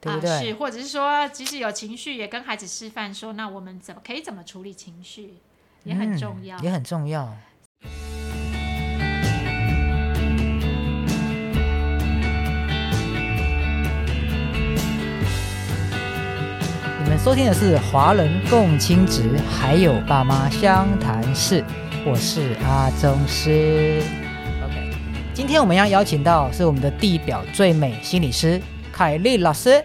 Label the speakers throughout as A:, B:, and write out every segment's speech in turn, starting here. A: 对
B: 啊
A: 不对？
B: 是，或者是说，即使有情绪，也跟孩子示范说，那我们怎么可以怎么处理情绪，也很
A: 嗯
B: 重要。
A: 也很重要。你们收听的是《华人共亲职》，还有爸妈湘潭市，我是阿宗师。OK，今天我们要邀请到是我们的地表最美心理师凯丽老师。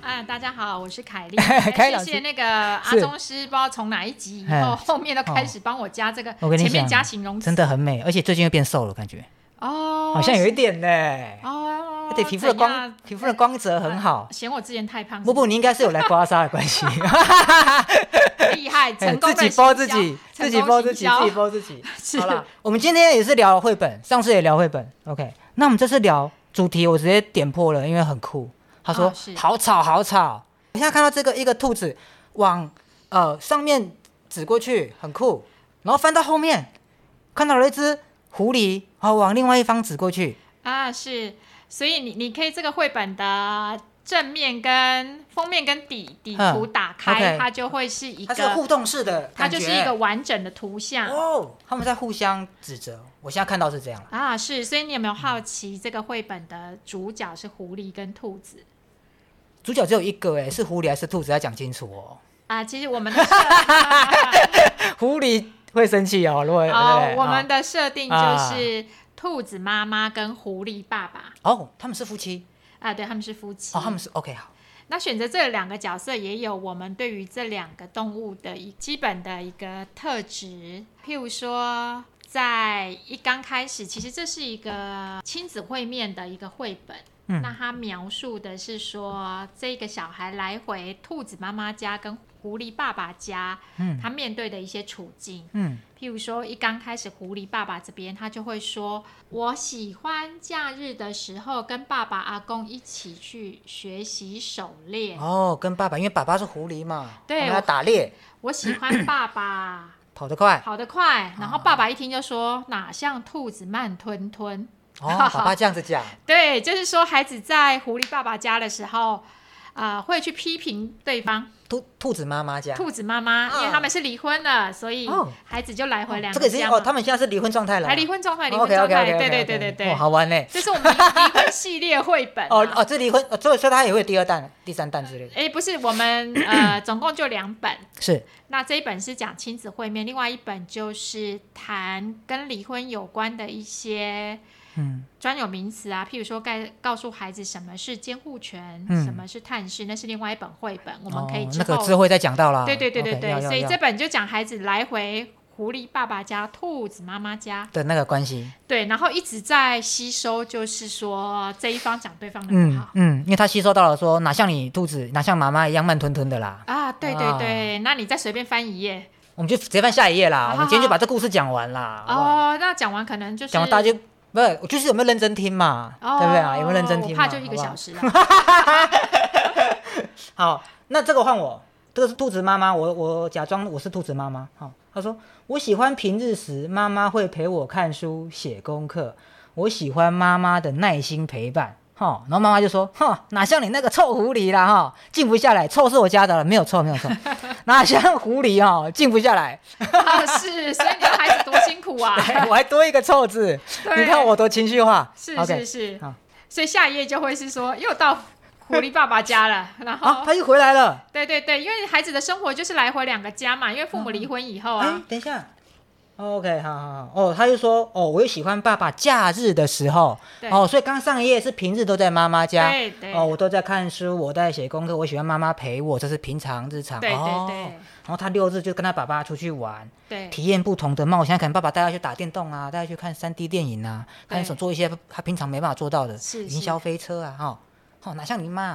B: 哎，大家好，我是凯 丽。
A: 凯老
B: 哎
A: 师
B: 谢谢那个阿
A: 是
B: 宗师，不知道从哪一集以
A: 哎
B: 后，后面都开始帮我加这个，
A: 我跟你
B: 前面
A: 讲
B: 加形容词，
A: 真的很美，而且最近又变瘦了，感觉
B: 哦，
A: 好像有一
B: 是
A: 点呢。
B: 哦，
A: 对，皮肤的
B: 怎
A: 光
B: 样，嗯
A: 皮肤的光泽很好。
B: 嫌我之前太胖，
A: 木布，你应该是有来刮痧的关 系，哎
B: 厉 害，成功
A: 自
B: 地
A: 己包
B: 行
A: 自
B: 销
A: 己，自
B: 成
A: 己
B: 功
A: 包自
B: 行
A: 己，
B: 销
A: 自己包自己。
B: 是
A: 好啦，我们今天也是聊绘本，上次也聊绘本，OK。那我们这次聊主题，我直接点破了，因为很酷。他说
B: 啊是：“
A: 好吵，好吵！”我现在看到这个一个兔子往呃上面指过去，很酷。然后翻到后面，看到了一只狐狸，哦，往另外一方指过去，
B: 啊，是，所以你你可以这个绘本的正面跟封面跟底底
A: 嗯
B: 图打开，
A: ，OK
B: 它就会是一
A: 它是
B: 个，
A: 互动式的
B: 它
A: 感觉，
B: 就是一个完整的图像。
A: 哦，他们在互相指责。我现在看到是这样了。
B: 啊，是，所以你有没有好奇这个绘本的主角是狐狸跟兔子
A: 主角只有一个、欸，哎，是狐狸还是兔子？要讲清楚哦。
B: 啊？其实我们的设定
A: 狐狸会生气哦，如果
B: 哦，我们
A: 的
B: 的设定
A: 啊
B: 就是兔子妈妈跟狐狸爸爸
A: 哦，他们是夫妻
B: 啊，对，他们是夫妻。
A: 哦，他们是 OK 好，
B: 那选择这两个角色，也有我们对于这两个动物的一基本的一个特质。譬如说，在一刚开始，其实这是一个亲子会面的一个绘本。
A: 嗯
B: 那它描述的是说，这个小孩来回兔子妈妈家跟狐狸爸爸家，
A: 嗯
B: 他面对的一些处境。
A: 嗯
B: 譬如说，一刚开始狐狸爸爸这边，他就会说：“我喜欢假日的时候跟爸爸、阿公一起去学习手猎。
A: 哦，跟爸爸，因为爸爸是狐狸嘛，
B: 对
A: 他们要打猎，
B: 我喜欢 爸爸
A: 跑得 快
B: 跑得快。”然后爸爸一听就说：“哪像兔子慢吞吞
A: 哦，爸爸这样子讲，？”
B: 对，就是说孩子在狐狸爸爸家的时候。啊、会去批评对方
A: 兔兔子妈妈这样，
B: 兔子妈妈，因为
A: 嗯
B: 他们是离婚了，所以
A: 哦
B: 孩子就来回两
A: 这个已经
B: 家
A: 哦，
B: 嘛
A: 他们现在是离婚状态了，
B: 还离婚状态，离
A: 哦
B: 婚状态，
A: ，OK，OK，OK，OK，OK，
B: 对对对对对，
A: 哦好玩呢，
B: 这是我们离离婚系列绘本、啊。
A: 哦哦，这离婚，哦所以说他也会有第二弹、第三弹之类的，
B: 哎，不是，我 们呃总共就两本。
A: 是
B: 那这一本是讲亲子会面，另外一本就是谈跟离婚有关的一些
A: 嗯
B: 专有名词啊，譬如说告告诉孩子什么是监护权，
A: 嗯
B: 什么是探视，那是另外一本绘本，
A: 我
B: 我们可以之
A: 哦那
B: 后。
A: 个之后会再讲到啦，
B: 对对对对
A: OK，
B: 对
A: 要要
B: 所以
A: 要
B: 这本就讲孩子来回狐狸爸爸家、兔子妈妈家，
A: 的那个关系，
B: 对，然后一直在吸收，就是说这一方讲对方的不
A: 嗯
B: 好。
A: 嗯，因为他吸收到了说哪像你兔子，哪像妈妈一样慢吞吞的啦。
B: 啊，对对对，那你再随便翻一页
A: 我们就直接翻下一页啦，
B: 好
A: 我们今天就把这故事讲完啦。好不好
B: 哦。那讲完可能就是
A: 讲完大家就不是，就是有没有认真听嘛，
B: 哦
A: 对不对啊？有没有认真听
B: 我
A: 嘛？
B: 怕就一个小
A: 时。
B: 时了。啊
A: 好，那这个换我，这个是兔子妈妈，我我假装我是兔子妈妈。好、她说我喜欢平日时妈妈会陪我看书、写功课，我喜欢妈妈的耐心陪伴。哈、然后妈妈就说：“哼，哪像你那个臭狐狸啦！哈、静不下来，臭是我家的了，没有臭，没有 臭，哪像狐狸哦，静不下来。
B: 啊，是，所以你的孩子多辛 苦啊！
A: 我还多一个臭字，
B: 对
A: 你看我多情绪化。
B: 是
A: OK
B: 是是
A: 好，
B: 所以下一页就会是说又到狐狸爸爸家 了，然
A: 啊，
B: 后
A: 他又回来了。
B: 对对对，因为孩子的生活就是来回两个家嘛，因为父母离婚以后
A: 哎、
B: 啊，
A: 等一下。OK，好好好，哦，他就说，哦，我又喜欢爸爸假日的时候，
B: 对
A: 哦，所以刚上一页是平日都在妈妈家，
B: 对对
A: 哦，我都在看书，我在写功课，我喜欢妈妈陪我，这是平常日常，
B: 对
A: 哦
B: 对对
A: 然后他六日就跟他爸爸出去玩，
B: 对
A: 体验不同的冒险，可能爸爸带他去打电动啊，带他去看3 D 电影啊，
B: 对
A: 看手做一些他平常没办法做到的，
B: 是
A: 云
B: 是
A: 霄飞车啊，哈、哦，哪像你妈，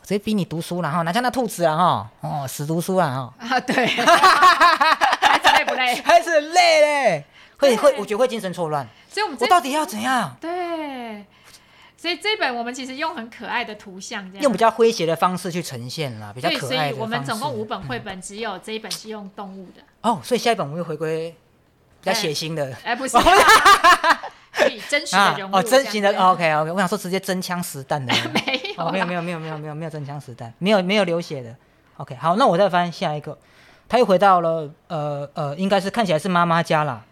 A: 我直接逼你读书了哈、哪像那兔子啊，哈、哦，死读书啊，哈、
B: 啊，对， 孩子累不累？
A: 开始累嘞，会
B: 对
A: 会，我觉得会精神错乱。
B: 所以我们
A: 我
B: 这
A: 到底要怎样？
B: 对，所以这本我们其实用很可爱的图像这
A: 用比
B: 样。
A: 较诙谐的方式去呈现啦，比较
B: 啊对，
A: 可
B: 所
A: 爱
B: 以
A: 的
B: 我们总共
A: 方式嗯
B: 五本绘本，只有这一本是用动物的。
A: 哦，所以下一本我们又回归比较血腥的
B: 哎，不是 啊，是以真实的人物
A: 哦哦，真
B: 这样
A: 心的哦
B: 对
A: OK OK，我想说直接真枪实弹的
B: 没
A: 哦，
B: 啦
A: 没有没有没有没有没有没有真枪实弹，没有没有流血的。OK，好，那我再翻下一个，他又回到了呃呃，应该是看起来是妈妈家啦。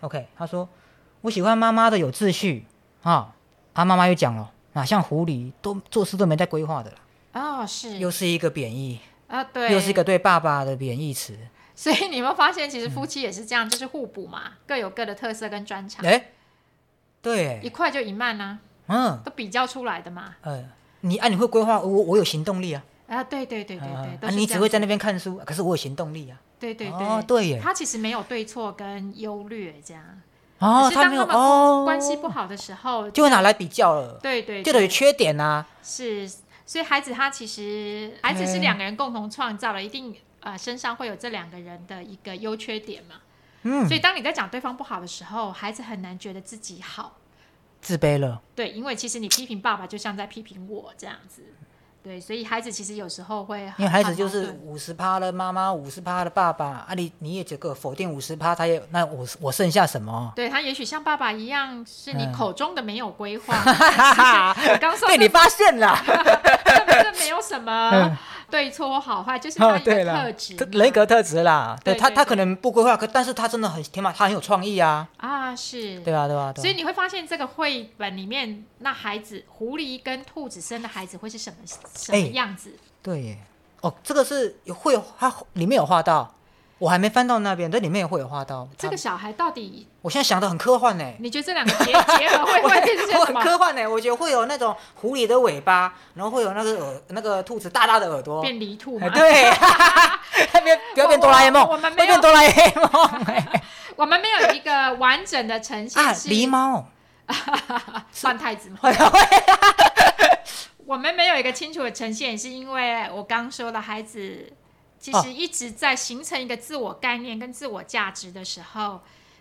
A: OK，他说我喜欢妈妈的有秩序啊，他妈妈又讲了，哪像狐狸都做事都没在规划的啦，
B: 哦，是
A: 又是一个贬义，
B: 啊，对，
A: 又是一个对爸爸的贬义词。
B: 所以你有没有发现，其实夫妻也是这样，就是互补嘛，各有各的特色跟专长，
A: 哎，嗯对
B: 啊一，块就一慢啊，
A: 嗯
B: 都比较出来的嘛。
A: 呃，你啊你会规划，我我有行动力啊，
B: 啊，对对对对对，
A: 啊
B: 都
A: 啊
B: 是
A: 你只
B: 这样
A: 会
B: 子
A: 在那边看书，可是我有行动力啊。
B: 对对对，
A: 哦，对耶，
B: 他其实没有对错跟优劣这样。
A: 哦，
B: 可是
A: 他
B: 当
A: 没
B: 他
A: 有
B: 们
A: 哦，
B: 关系不好的时候，
A: 就会拿来比较了，
B: 对对
A: 就等于
B: 对，
A: 缺点啊呐、
B: 是，所以孩子他其实孩子是两个人共同创造了，一定呃身上会有这两个人的一个优缺点嘛。
A: 嗯，
B: 所以当你在讲对方不好的时候，孩子很难觉得自己好。
A: 自卑了，
B: 对，因为其实你批评爸爸，就像在批评我这样子。对，所以孩子其实有时候会很
A: 因为孩子就
B: 很
A: 是
B: 矛盾
A: 五十趴的妈妈，五十趴的爸爸啊你，你也只给我否定五十趴，他也那我我剩下什 么？
B: 对他也许像爸爸一样，是你
A: 嗯
B: 口中的没有 规划。
A: 哈哈哈，
B: 我刚说
A: 被
B: 这
A: 你发现了，
B: 这这没有什么
A: 嗯
B: 对错或好坏，就是他
A: 哦
B: 一
A: 对
B: 个
A: 了
B: 特，质
A: 特
B: 嘛、
A: 人格特质啦，对
B: 对
A: 他
B: 对
A: 他
B: 对
A: 可能不规划，可但是他真的很天马，他很有创意啊，
B: 啊是。
A: 对啊对啊对啊，
B: 所以你会发现，这个绘本里面，那孩子狐狸跟兔子生的孩子会是什么什么
A: 哎
B: 样子？
A: 对耶，哦，这个是有会有他里面有画到，我还没翻到那边，这里面也会有画到，
B: 这个
A: 他
B: 小孩到底，
A: 我现在想的很科幻呢、
B: 你觉得这两个结结合会会变成
A: 我
B: 什
A: 很
B: 么？
A: 科幻呢、我觉得会有那种狐狸的尾巴，然后会有那个耳那个兔子大大的耳朵，
B: 变离兔
A: 哎
B: 吗？
A: 对， 还别不要变哆啦 A 梦，
B: 我我们
A: 会
B: 没有
A: 变哆啦 A 梦 哎
B: 我们没有一个完整的呈 现
A: 啊，
B: 是
A: 狸猫，
B: 换太 子吗？
A: 会会
B: 我们没有一个清楚的呈现，是因为我刚说的孩子其
A: 哦
B: 实一直在形成一个自我概念跟自我价值的时候，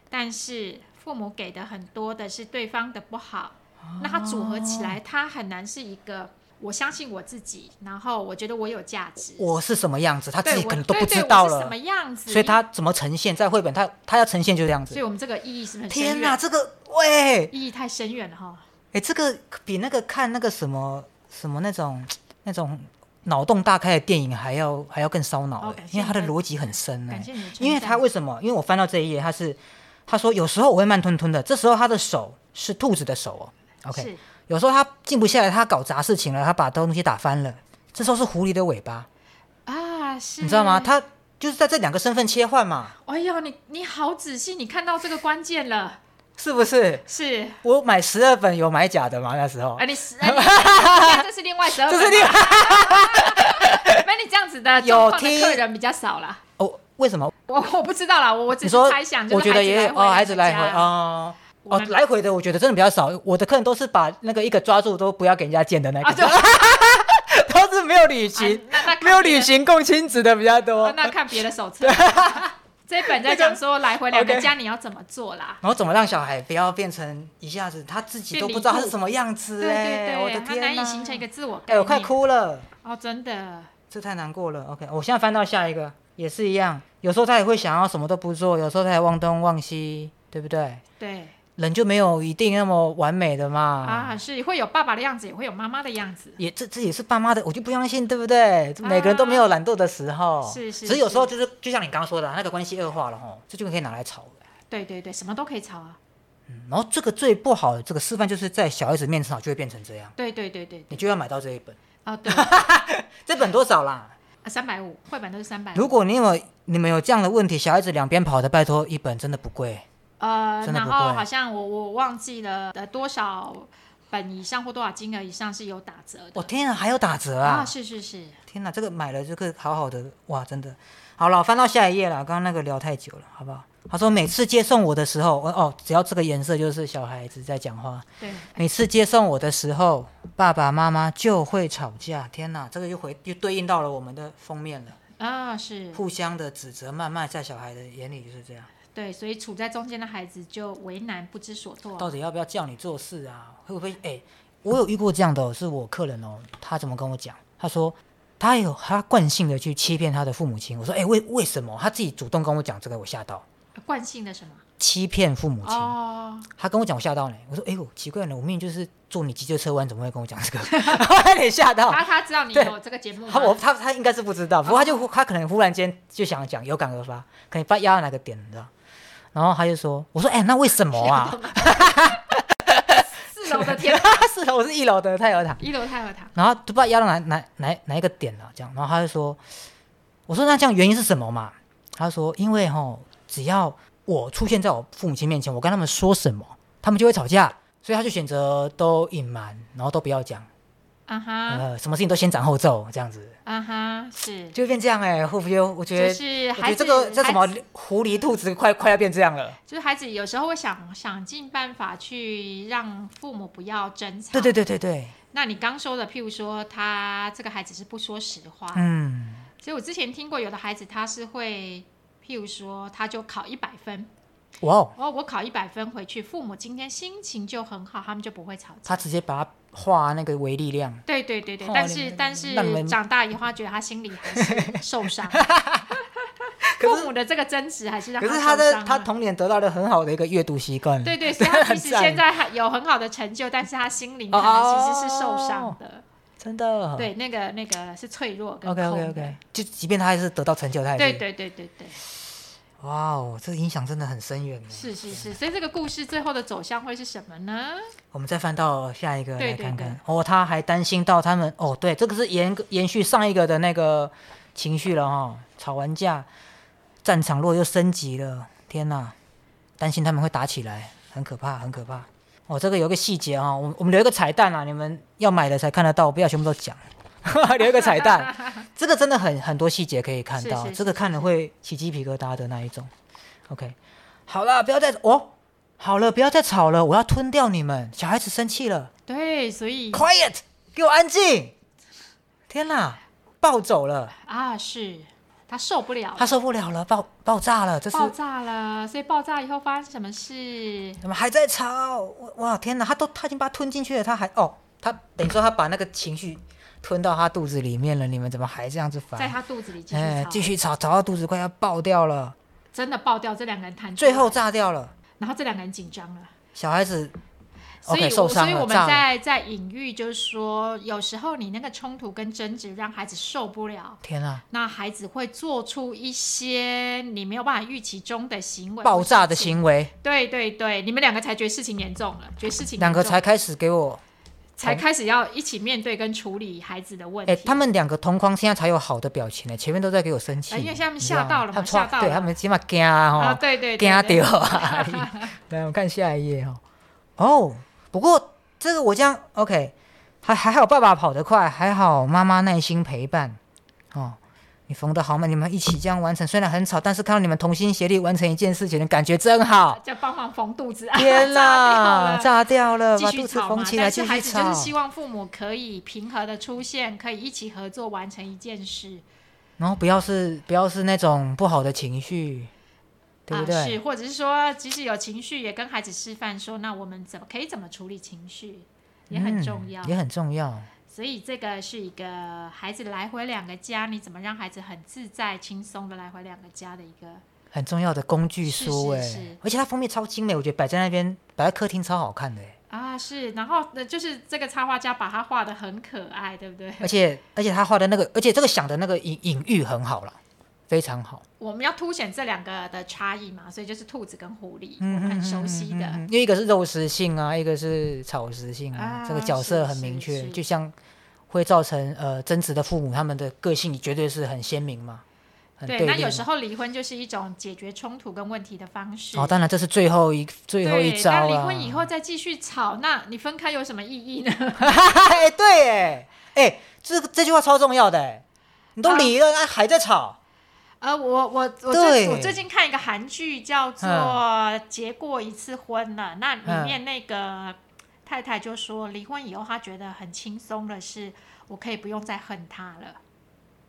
B: 但是父母给的很多的是对方的不好，
A: 哦
B: 那他组合起来，他很难是一个我相信我自己，然后我觉得我有价值，
A: 我是什么样子，他自
B: 对
A: 己
B: 我
A: 可能都不
B: 对对
A: 知道
B: 我是什
A: 了
B: 么，样子，
A: 所以他怎么呈现在绘本，他他要呈现就是这样
B: 所以
A: 子。
B: 我们这个意义是不是很深
A: 天哪，
B: 远，
A: 这个喂，
B: 意义太深远了哈。
A: 哎，这个比那个看那个什么什么那种那种脑洞大开的电影还要还要更烧脑、哎
B: 哦感谢
A: 因为它的
B: 你的
A: 逻辑很深哎、
B: 感谢你的称赞，
A: 因为他为什么？因为我翻到这一页，他是他说有时候我会慢吞吞的，这时候他的手是兔子的手哦。OK，
B: 是
A: 有时候他静不下来，他搞砸事情了，他把东西打翻了，这时候是狐狸的尾巴，
B: 啊，是
A: 你知道吗？他就是在这两个身份切换嘛，
B: 哎呦，你你好仔细，你看到这个关键了，
A: 是不是？
B: 是
A: 我买十二本有买假的嘛，那时候
B: 啊，。你是啊，你这是另外十二，
A: 哦 这是另外
B: 那你这样子的
A: 有
B: 状况的
A: 听
B: 客人比较少啦。
A: 哦，为什么？
B: 我我不知道啦，我我只
A: 你
B: 是
A: 说
B: 猜想，，
A: 我
B: 就是
A: 觉得也有哦，孩
B: 孩
A: 子
B: 子
A: 来
B: 回
A: 回
B: 家
A: 哦。
B: 我
A: 哦，
B: 们
A: 来回的我觉得真的比较少，我的客人都是把那个一个抓住都不要给人家见的那
B: 啊，
A: 个，
B: 对，
A: 都是没有旅行、
B: 啊那那看
A: 没有
B: 别
A: 旅
B: 人
A: 行共亲子的比较多。
B: 啊那看别的手册。 这一本在讲说来回两个家你要怎么做啦？
A: 然后怎么让小孩不要变成一下子他自己都不知道他是什么样子、
B: 对
A: 欸？
B: 对
A: 我的
B: 对，他难
A: 天哪、
B: 以形成一个自我概
A: 哎、
B: 念。
A: 我快哭了，
B: 哦，真的
A: 这太难过了。OK，我现在翻到下一个，也是一样，有时候他也会想要什么都不做，有时候他也忘东忘西，对不对？
B: 对
A: 人就没有一定那么完美的嘛。
B: 啊，是会有爸爸的样子，也会有妈妈的样子。
A: 也这这也是爸妈的，我就不相信，对不对？每个人都没有懒惰的时候，
B: 是是
A: 只是有时候就是就像你刚刚说的，那个关系恶化了吼，这就可以拿来吵。
B: 对对对，什么都可以吵啊。
A: 嗯然后这个最不好的这个示范就是在小孩子面上就会变成这样，
B: 对对对对，
A: 你就要买到这一本，
B: 哦 对，
A: 这本多少啦？
B: 三百五，绘本都是三百。
A: 如果你有你们有这样的问题，小孩子两边跑的，拜托一本真的不贵，
B: 呃，
A: 真的
B: 然
A: 不
B: 后
A: 贵
B: 好像我我忘记了呃多少本以上或多少金额以上是有打折
A: 我、
B: 的哦
A: 天啊，还有打折啊！
B: 是是是，
A: 天哪，这个买了这个好好的，哇，真的好了，我翻到下一页了。刚刚那个聊太久了，好不好？他说每次接送我的时候，我哦，只要这个颜色就是小孩子在讲话。
B: 对，
A: 每次接送我的时候，爸爸妈妈就会吵架。天哪，这个又回又对应到了我们的封面了，
B: 啊、是，
A: 互相的指责谩骂，在小孩的眼里就是这样。
B: 对，所以处在中间的孩子就为难不知所措
A: 到
B: 啊，
A: 底要不要叫你做事啊？会不会？哎、我有遇过这样的哦、是我客人哦，他怎么跟我讲？他说他有他惯性的去欺骗他的父母亲。我说，哎、为为什么？他自己主动跟我讲这个，我吓到。
B: 呃惯性的什么？
A: 欺骗父母亲。
B: 哦，
A: 他跟我讲，我吓到呢。我说，哎呦，奇怪呢，我明明就是坐你急救车弯，怎么会跟我讲这个？ 我有点吓到。
B: 他他知道你
A: 哦对
B: 有这个节目吗
A: 他？我他他应该是不知道，不过他就忽他可能忽然间就想讲，有感而发，可能不知道压到哪个点，你知道？然后他就说：“我说，哎、那为什么啊
B: 四楼 的天，？”
A: 是啊的，我是一楼的太和塔，
B: 一楼太和塔，
A: 然后都不知道压到哪哪哪哪一个点了，这样，然后他就说：“我说那这样原因是什么嘛？”他说：“因为哈，只要我出现在我父母亲面前，我跟他们说什么，他们就会吵架，所以他就选择都隐瞒，然后都不要讲，
B: 啊哈，
A: 呃，什么事情都先斩后奏，这样子
B: 啊哈，是，
A: 就变这样哎、会不会？我觉
B: 就
A: 得
B: 是
A: 我觉
B: 孩
A: 得
B: 子，
A: 这个这怎么
B: 孩子
A: 狐狸兔子快快要变这样了？
B: 就是孩子有时候会想想尽办法去让父母不要争吵。
A: 对对。对对对，
B: 那你刚说的，譬如说他这个孩子是不说实话，
A: 嗯，
B: 所以我之前听过有的孩子他是会，譬如说他就考一百分，
A: 哇哦，
B: 哦，我考一百分回去，父母今天心情就很好，他们就不会吵
A: 他
B: 架。
A: 直接把它化那个为力量，
B: 对对对对，
A: 哦
B: 但
A: 你
B: 是
A: 们
B: 但是
A: 让人
B: 长大以后，他觉得他心里还是受伤，
A: 可
B: 父
A: 是
B: 母的这个争执还是让
A: 可是
B: 他
A: 他
B: 受
A: 的
B: 伤啊
A: 他
B: 了
A: 童年得到了很好的一个阅读习惯，
B: 对对，所以他
A: 很
B: 其实
A: 赞
B: 现在还有很好的成就，但是他心灵可能其实是受伤的。
A: 真的，哦
B: 对，那个那个是脆弱跟
A: ，OK
B: 空
A: OK
B: 的
A: OK，就即便他还是得到成就，他也
B: 对
A: 是，
B: 对对对对，
A: 哇哦，这个影响真的很深远呢。
B: 是是是。所以这个故事最后的走向会是什么呢？
A: 我们再翻到下一个
B: 对
A: 来
B: 对
A: 看看
B: 对，
A: 哦，他还担心到他们，哦，对，这个是延延续上一个的那个情绪了哈、吵完架，战场若又升级了，天哪，担心他们会打起来，很可怕，很可怕。哦，这个有个细节哈、我们我们留一个彩蛋啊，你们要买的才看得到，不要全部都讲， 留一个彩蛋， 这个真的很很多细节可以看到，
B: 是是是
A: 这个看了会起鸡皮疙瘩的那一种。OK，好了，不要再哦，好了，不要再吵了，我要吞掉你们，小孩子生气了
B: 对，所以
A: ，Quiet，给我安静！天哪，暴走了，
B: 啊，是他受不了
A: 他受不了了，爆爆炸了，这是
B: 爆炸了，所以爆炸以后发生什么事？
A: 怎么还在吵？我哇，天哪，他都他已经把它吞进去了，他还哦，他等于说他把那个情绪吞到他肚子里面了，你们怎么还这样子
B: 在
A: 烦？
B: 他肚子里继续
A: 哎，
B: 吵，
A: 继续吵，吵到肚子快要爆掉了，
B: 真的爆掉，这两个人弹出
A: 最后
B: 来，
A: 炸掉了，
B: 然后这两个人紧张了。
A: 小孩子
B: 所
A: OK，
B: 以我，
A: 受伤
B: 所以
A: 了
B: 我们
A: 炸了
B: 在在隐喻，就是说，有时候你那个冲突跟争执让孩子受不了，
A: 天啊，
B: 那孩子会做出一些你没有办法预期中的行为，
A: 爆炸的
B: 行。
A: 行为，
B: 对对对，你们两个才觉得事情严重了，觉得事情严
A: 两个
B: 重
A: 才开始给我
B: 才开始要一起面对跟处理孩子的问题。
A: 哎、他们两个同框，现在才有好的表情呢，前面都在给我生气、
B: 啊因为现在他们
A: 你知道
B: 吓到了嘛
A: 他们抓
B: 吓到
A: 对
B: 了
A: 他们起码惊啊，
B: 啊，
A: 哈，
B: 对对对
A: 惊
B: 对
A: 掉啊！来，我们看下一页哈。 哦，不过这个我这样 OK，还还好，爸爸跑得快，还好妈妈耐心陪伴。哦，你缝得好吗？你们一起这样完成，虽然很吵，但是看到你们同心协力完成一件事情的感觉真 好。
B: 就帮忙缝肚子，
A: 哦 天
B: 啦
A: 啦，，炸掉了，
B: 继
A: 把
B: 续
A: 肚子
B: 吵嘛
A: 缝。起来，
B: 但
A: 继
B: 是
A: 续
B: 孩子就
A: 吵
B: 是。希望父母可以平和的出现，可以一起合作完成一件事，
A: 然后不要是不要是那种不好的情绪，对不对？
B: 啊，是，或者是说，即使有情绪，也跟孩子示范说，那我们怎么可以怎么处理情绪，也很重要。
A: 嗯也很重要。
B: 所以这个是一个孩子来回两个家，你怎么让孩子很自在、轻松的来回两个家的一个
A: 很重要的工具
B: 是
A: 书
B: 是
A: 哎、
B: 是
A: 而且它封面超精美，我觉得摆在那边摆在客厅超好看的、哎
B: 啊，是，然后呃，就是这个插画家把它画的很可爱，对不对？
A: 而且而且他画的那个，而且这个想的那个隐隐喻很好了，非常好，
B: 我们要凸显这两个的差异嘛，所以就是兔子跟狐狸，
A: 嗯
B: 我们很熟悉的。
A: 嗯因为一个是肉食性啊，一个是草食性啊，
B: 啊
A: 这个角色
B: 是
A: 很
B: 是
A: 明确，
B: 是
A: 就像会造成呃真实的父母他们的个性绝对是很鲜明嘛，很
B: 对，
A: 立
B: 那有
A: 嘛
B: 时候离婚就是一种解决冲突跟问题的方式。
A: 哦，当然这是最后一最后一
B: 对，
A: 招啊
B: 那
A: 了。
B: 离婚以后再继续吵，那你分开有什么意义呢？
A: 哎，对，哎，哎，这个这句话超重要的，哎，你
B: 啊
A: 都离了，那还在吵，
B: 呃，我我
A: 对嗯
B: 我最我最近看一个韩剧叫做《结过一次婚了》，那里面那个太太就说，离婚以后她觉得很轻松的是，我可以不用再恨他了。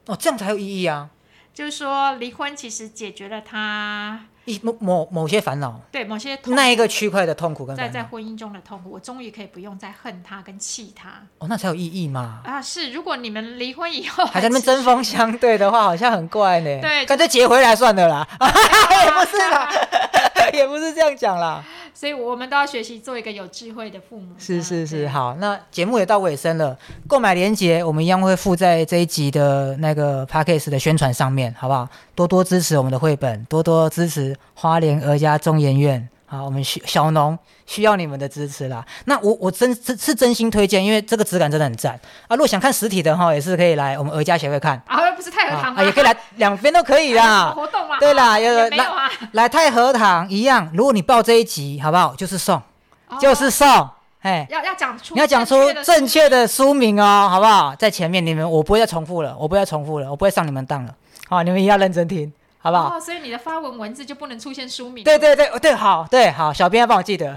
A: 哦，这样才有意义啊！
B: 就是说，离婚其实解决了她
A: 一某某某些烦恼，
B: 对某些痛
A: 那一个区块的痛苦跟
B: 在
A: 烦
B: 在
A: 恼，
B: 婚姻中的痛苦，我终于可以不用再恨他跟气他
A: 哦，那才有意义 嘛。
B: 啊！是，如果你们离婚以后
A: 还在那边
B: 持续
A: 针锋相对的话，好像很怪呢。
B: 对
A: 干脆结回来算了啦。
B: 哎
A: 不是啦，也不是这样讲啦。
B: 所以我们都要学习做一个有智慧的父母。
A: 是是
B: 这
A: 是，
B: 样，
A: 好，那节目也到尾声了，购买链接我们一样会附在这一集的那个 p a c k a g e 的宣传上面，好不好？多多支持我们的绘本，多多支持花莲儿家中研院。好，我们需小农需要你们的支持啦。那我我真是是真心推荐，因为这个质感真的很赞啊。如果想看实体的哈，也是可以来我们儿家协会看
B: 对啊，不是太和
A: 啊
B: 堂，吗？
A: 啊也可以来两边都可以
B: 还有什么
A: 啦。
B: 活动嘛？
A: 对啦
B: 啊
A: 有
B: 也没有
A: 那
B: 啊，
A: 来太和堂一样，如果你报这一集好不好，就是送，
B: 哦
A: 就是送，哎、
B: 要要讲出
A: 你要讲出
B: 的
A: 正确的书名哦，好不好？在前面你们，我不会再重复了，我不会再重复了，我不会上你们当了。好，你们一定要认真听，好不好？
B: 哦，所以你的发文文字就不能出现书名。
A: 对对对对，好对好，小编要帮我记得，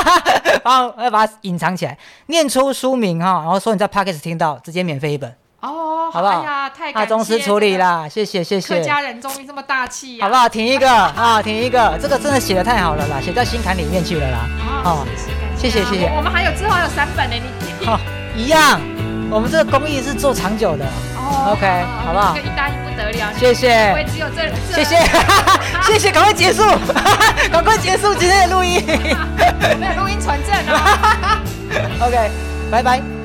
A: 帮我要把它隐藏起来，念出书名哈、然后说你在 p o d c a s t 听到，直接免费一本，
B: 哦，
A: 好不好
B: 哎呀，太感
A: 啊，
B: 谢
A: 宗师处理啦，谢谢谢
B: 这个客
A: 谢，
B: 家人终于这么大气呀、
A: 好不好？停一个啊，停一个，这个真的写的太好了啦，写到心坎里面去了啦，
B: 哦，是感
A: 谢谢谢谢
B: 我我们还有之后还有三本呢，你
A: 好、一样，我们这个公益是做长久的，
B: 哦
A: OK，好不好
B: 这个一答一不得了，
A: 谢谢。
B: 我也只有这这
A: 谢谢， 谢谢，赶快结束，赶快结束今天的录音。
B: 没有录音存证啊。
A: OK，拜拜。